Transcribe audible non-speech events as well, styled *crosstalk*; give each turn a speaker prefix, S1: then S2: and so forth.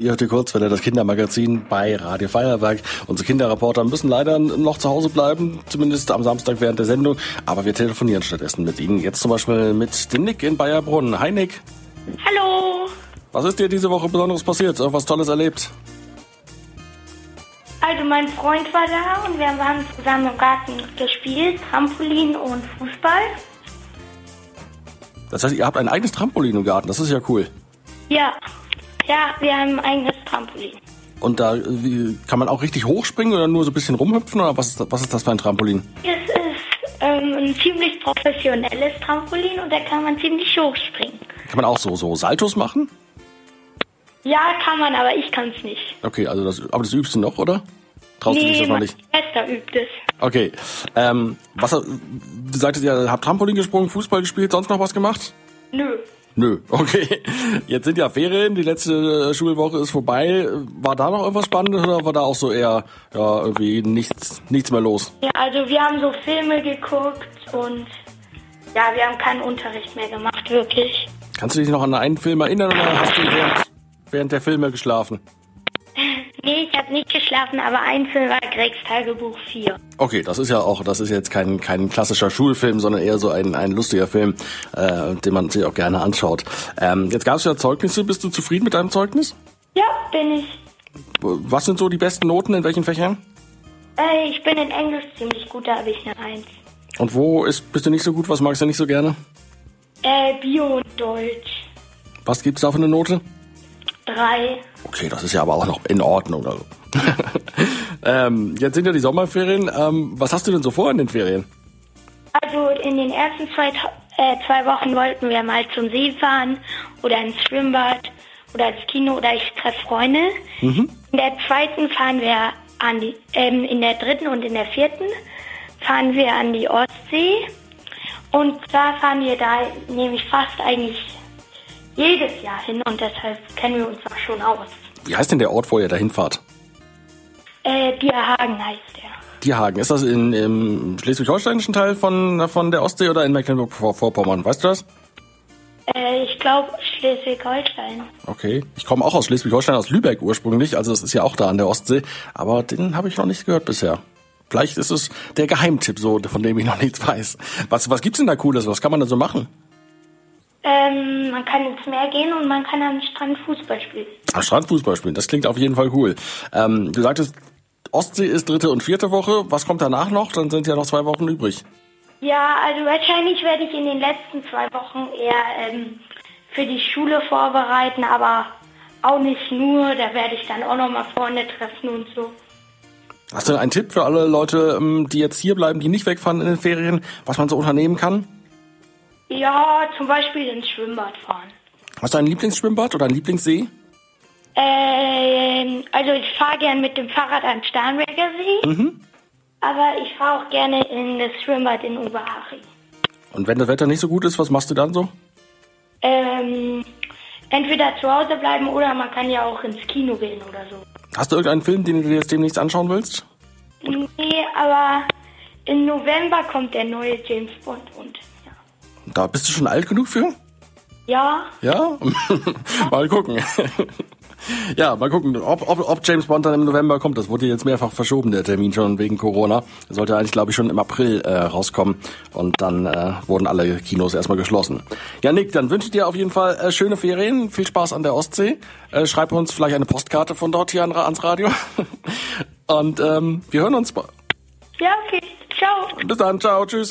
S1: Jörg Kurzwelle, das Kindermagazin bei Radio Feuerwerk. Unsere Kinderreporter müssen leider noch zu Hause bleiben, zumindest am Samstag während der Sendung. Aber wir telefonieren stattdessen mit Ihnen. Jetzt zum Beispiel mit dem Nick in Bayerbrunn. Hi Nick,
S2: Hallo.
S1: was ist dir diese Woche Besonderes passiert? Irgendwas Tolles erlebt?
S2: Also mein Freund war da und wir haben zusammen im Garten gespielt, Trampolin und Fußball.
S1: Das heißt, ihr habt ein eigenes Trampolin im Garten, das ist ja cool.
S2: Ja, ja, wir haben ein eigenes Trampolin.
S1: Und da äh, wie, kann man auch richtig hochspringen oder nur so ein bisschen rumhüpfen oder was ist, was ist das für ein Trampolin?
S2: Es ist ähm, ein ziemlich professionelles Trampolin und da kann man ziemlich hoch springen.
S1: Kann man auch so, so Saltos machen?
S2: Ja, kann man, aber ich kann es nicht.
S1: Okay, also das, aber das übst du noch, oder? Traust du dich das noch
S2: meine
S1: nicht?
S2: Schwester übt es.
S1: Okay. Ähm, was, du sagtest ja, habt Trampolin gesprungen, Fußball gespielt, sonst noch was gemacht?
S2: Nö.
S1: Nö, *laughs* okay. Jetzt sind ja Ferien, die letzte äh, Schulwoche ist vorbei. War da noch irgendwas Spannendes oder war da auch so eher, ja, irgendwie nichts, nichts mehr los?
S2: Ja, also wir haben so Filme geguckt und ja, wir haben keinen Unterricht mehr gemacht, wirklich.
S1: Kannst du dich noch an einen Film erinnern oder hast du während, während der Filme geschlafen?
S2: Nee, ich habe nicht geschlafen, aber ein Film war Gregs Tagebuch 4.
S1: Okay, das ist ja auch, das ist jetzt kein, kein klassischer Schulfilm, sondern eher so ein, ein lustiger Film, äh, den man sich auch gerne anschaut. Ähm, jetzt gab es ja Zeugnisse. Bist du zufrieden mit deinem Zeugnis?
S2: Ja, bin ich.
S1: Was sind so die besten Noten in welchen Fächern?
S2: Äh, ich bin in Englisch ziemlich gut, da habe ich eine 1.
S1: Und wo ist, bist du nicht so gut? Was magst du nicht so gerne?
S2: Äh, Bio und Deutsch.
S1: Was gibt's da für eine Note?
S2: 3.
S1: Okay, das ist ja aber auch noch in Ordnung oder so. *laughs* ähm, jetzt sind ja die Sommerferien. Ähm, was hast du denn so vor in den Ferien?
S2: Also in den ersten zwei, Ta- äh, zwei Wochen wollten wir mal zum See fahren oder ins Schwimmbad oder ins Kino oder ich treffe Freunde. In der zweiten fahren wir an die, ähm, in der dritten und in der vierten fahren wir an die Ostsee. Und da fahren wir da nämlich fast eigentlich jedes Jahr hin und deshalb kennen wir uns auch schon aus.
S1: Wie heißt denn der Ort, wo ihr da hinfahrt?
S2: Äh, Bierhagen heißt er.
S1: Dierhagen. Ist das in, im schleswig-holsteinischen Teil von, von der Ostsee oder in Mecklenburg-Vorpommern? Weißt du das?
S2: Äh, ich glaube Schleswig-Holstein.
S1: Okay. Ich komme auch aus Schleswig-Holstein, aus Lübeck ursprünglich. Also das ist ja auch da an der Ostsee. Aber den habe ich noch nicht gehört bisher. Vielleicht ist es der Geheimtipp so, von dem ich noch nichts weiß. Was, was gibt's denn da Cooles? Was kann man da so machen?
S2: Ähm, man kann ins Meer gehen und man kann am Strand Fußball spielen.
S1: Am Strand Fußball Ah, spielen, das klingt auf jeden Fall cool. Ähm, du sagtest, Ostsee ist dritte und vierte Woche. Was kommt danach noch? Dann sind ja noch zwei Wochen übrig.
S2: Ja, also wahrscheinlich werde ich in den letzten zwei Wochen eher ähm, für die Schule vorbereiten, aber auch nicht nur. Da werde ich dann auch nochmal Freunde treffen und so.
S1: Hast du einen Tipp für alle Leute, ähm, die jetzt hier bleiben, die nicht wegfahren in den Ferien, was man so unternehmen kann?
S2: Ja, zum Beispiel ins Schwimmbad fahren.
S1: Hast du ein Lieblingsschwimmbad oder einen Lieblingssee?
S2: Ähm, also ich fahre gern mit dem Fahrrad am Starnberger See, aber ich fahre auch gerne in das Schwimmbad in Oberhaching.
S1: Und wenn das Wetter nicht so gut ist, was machst du dann so?
S2: Ähm, entweder zu Hause bleiben oder man kann ja auch ins Kino gehen oder so.
S1: Hast du irgendeinen Film, den du dir jetzt demnächst anschauen willst?
S2: Nee, aber im November kommt der neue James Bond und ja.
S1: Da bist du schon alt genug für?
S2: Ja,
S1: Ja? *laughs* mal gucken. *laughs* ja, mal gucken, ob, ob, ob James Bond dann im November kommt. Das wurde jetzt mehrfach verschoben, der Termin schon wegen Corona. Er sollte eigentlich, glaube ich, schon im April äh, rauskommen. Und dann äh, wurden alle Kinos erstmal geschlossen. Ja, Nick, dann wünsche ich dir auf jeden Fall äh, schöne Ferien, viel Spaß an der Ostsee. Äh, schreib uns vielleicht eine Postkarte von dort hier an, ans Radio. *laughs* Und ähm, wir hören uns.
S2: ja, okay. Ciao.
S1: Bis dann, ciao, tschüss.